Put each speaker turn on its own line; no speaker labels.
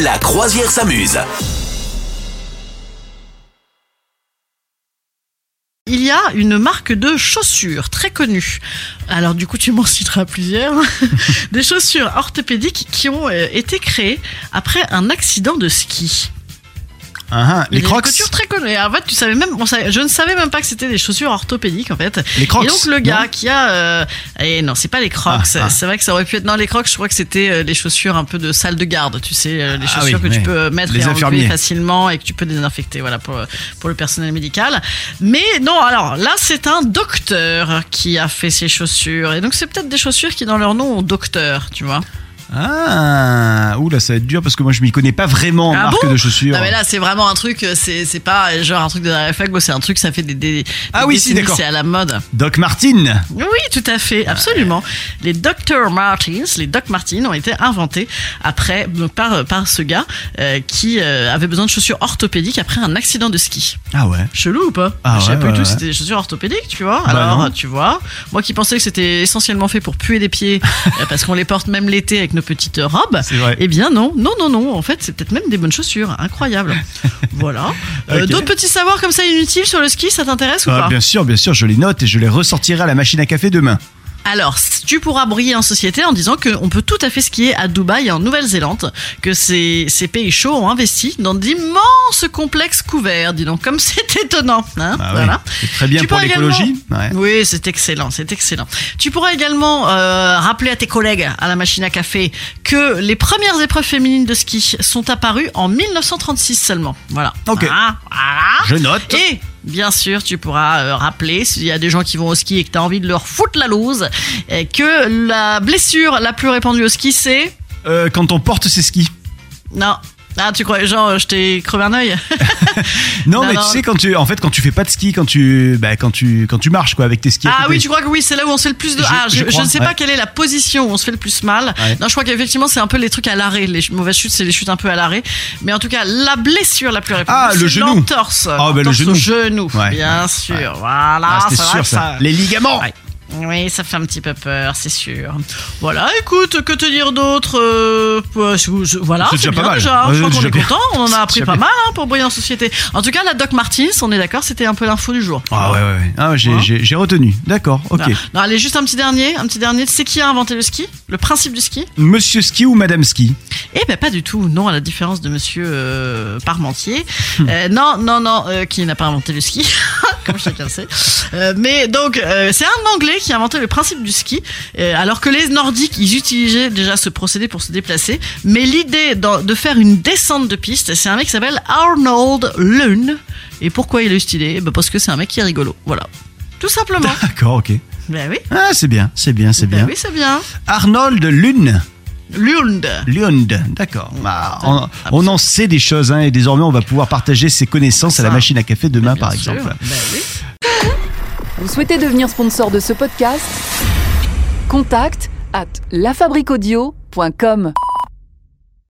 La croisière s'amuse.
Il y a une marque de chaussures très connue. Alors du coup, tu m'en citeras plusieurs. Des chaussures orthopédiques qui ont euh, été créées après un accident de ski.
Ah, ah, les
Il y a
crocs.
Une couture très connue. Et En fait, tu savais même, on savait- je ne savais même pas que c'était des chaussures orthopédiques en fait.
Les crocs.
Et donc le gars
non
qui a, euh, eh non, c'est pas les crocs.
Ah, ah.
C'est vrai que ça aurait pu être. Non, les crocs, je crois que c'était euh, les chaussures un peu de salle de garde. Tu sais, euh, les
Ah
chaussures
oui,
que tu
oui.
peux euh, mettre
Les
et enlever
infirmiers.
facilement et que tu peux désinfecter, voilà, pour euh, pour le personnel médical. Mais non, alors là, c'est un docteur qui a fait ces chaussures. Et donc c'est peut-être des chaussures qui dans leur nom ont docteur, tu vois.
Ah, ouh là, ça va être dur parce que moi je m'y connais pas vraiment en
Ah
marque
bon
de chaussures.
Non mais là c'est vraiment un truc, euh, c'est c'est pas euh, genre un truc de la réflexe, c'est un truc ça fait des, des
Ah
des
oui, si,
décennies,
d'accord.
c'est à la mode.
Doc Martin.
Oui, tout à fait, absolument. Les Dr Martins, les Doc Martins ont été inventés après donc, par par ce gars euh, qui euh, avait besoin de chaussures orthopédiques après un accident de ski.
Ah ouais.
Chelou ou pas
Ah
Je savais
ouais,
pas du
ouais,
tout,
ouais.
c'était des chaussures orthopédiques, tu vois.
Bah
Alors,
non.
tu vois, moi qui pensais que c'était essentiellement fait pour puer des pieds euh, parce qu'on les porte même l'été avec nos petites robes,
C'est vrai.
eh bien non, non, non, non. En fait, c'est peut-être même des bonnes chaussures. Incroyable. voilà. Euh,
Ok.
D'autres petits savoirs comme ça inutiles sur le ski, ça t'intéresse ou
Ah,
pas
bien sûr, bien sûr, je les note et je les ressortirai à la machine à café demain.
Alors, tu pourras briller en société en disant qu'on peut tout à fait skier à Dubaï et en Nouvelle-Zélande, que ces, ces pays chauds ont investi dans d'immenses complexes couverts, dis donc, comme c'est étonnant. Hein
Ah ouais.
voilà.
C'est très bien
Tu
pour
peux
l'écologie. Ouais.
Oui, c'est excellent, c'est excellent. Tu pourras également euh, rappeler à tes collègues à la machine à café que les premières épreuves féminines de ski sont apparues en 1936 seulement. Voilà.
Ok.
Voilà, voilà.
Je note.
Et bien sûr, tu pourras euh, rappeler, s'il y a des gens qui vont au ski et que tu as envie de leur foutre la loose, euh, que la blessure la plus répandue au ski, c'est...
Euh, quand on porte ses skis.
Non. Ah, tu crois, genre, euh, je t'ai crevé un œil
Non,
Non,
mais
non.
tu sais quand tu, en fait, quand tu fais pas de ski, quand tu, bah, quand tu, quand tu marches quoi avec tes skis. à
Ah
côté.
oui, tu crois que oui, c'est là où on se fait le plus de...
Je-
ah, je,
je
je
crois,
ne sais pas
ouais.
quelle est la position où on se fait le plus mal.
Ouais.
Non, je crois qu'effectivement, c'est un peu les trucs à l'arrêt. Les ch- mauvaises chutes, c'est les chutes un peu à l'arrêt. Mais en tout cas, la blessure la plus répandue,
Ah, le
c'est
genou.
l'entorse.
Ah, ben, le
L'entorse au
genou.
genou,
Ouais,
bien
ouais,
sûr.
ouais.
Voilà,
Ah, c'était
c'est vrai
sûr
que
ça. Les ligaments.
Oui, ça fait un petit peu peur, c'est sûr. Voilà, écoute, que te dire d'autre Euh, euh, je- je- Voilà,
C'est
c'est
déjà
bien
pas mal.
déjà.
Ouais,
Je crois
c'est
qu'on est
déjà
content, on en
C'est
a appris
déjà
pas
bien.
mal hein, pour briller en société. En tout cas, la Doc Martins, on est d'accord, c'était un peu l'info du jour.
Ah ouais ouais. ouais. Ah j'ai,
Hein Ah.
j'ai, j'ai retenu. D'accord. Ok.
Voilà. Non, allez, juste un petit dernier, un petit dernier. C'est qui a inventé le ski Le principe du ski
Monsieur ski ou Madame ski.
Eh ben pas du tout, non, à la différence de monsieur euh, Parmentier.
Hmm.
Euh, non, non, non, euh, qui n'a pas inventé le ski, comme chacun sait. Euh, mais donc, euh, c'est un Anglais qui a inventé le principe du ski, euh, alors que les Nordiques, ils utilisaient déjà ce procédé pour se déplacer. Mais l'idée d'en- de faire une descente de piste, c'est un mec qui s'appelle Arnold Lund. Et pourquoi il a eu cette idée Eh ben, Parce que c'est un mec qui est rigolo, voilà. Tout simplement.
D'accord. Ok.
ben oui,
Ah c'est bien, c'est bien, c'est
ben
bien.
oui, c'est bien.
Arnold Lune.
Lund.
Lund, d'accord. Bah, on, on en sait des choses hein, et désormais on va pouvoir partager ses connaissances à la
Ça.
machine à café demain
Bien
par
sûr.
exemple.
Ben oui.
Vous souhaitez devenir sponsor de ce podcast Contact à lafabriquaudio.com.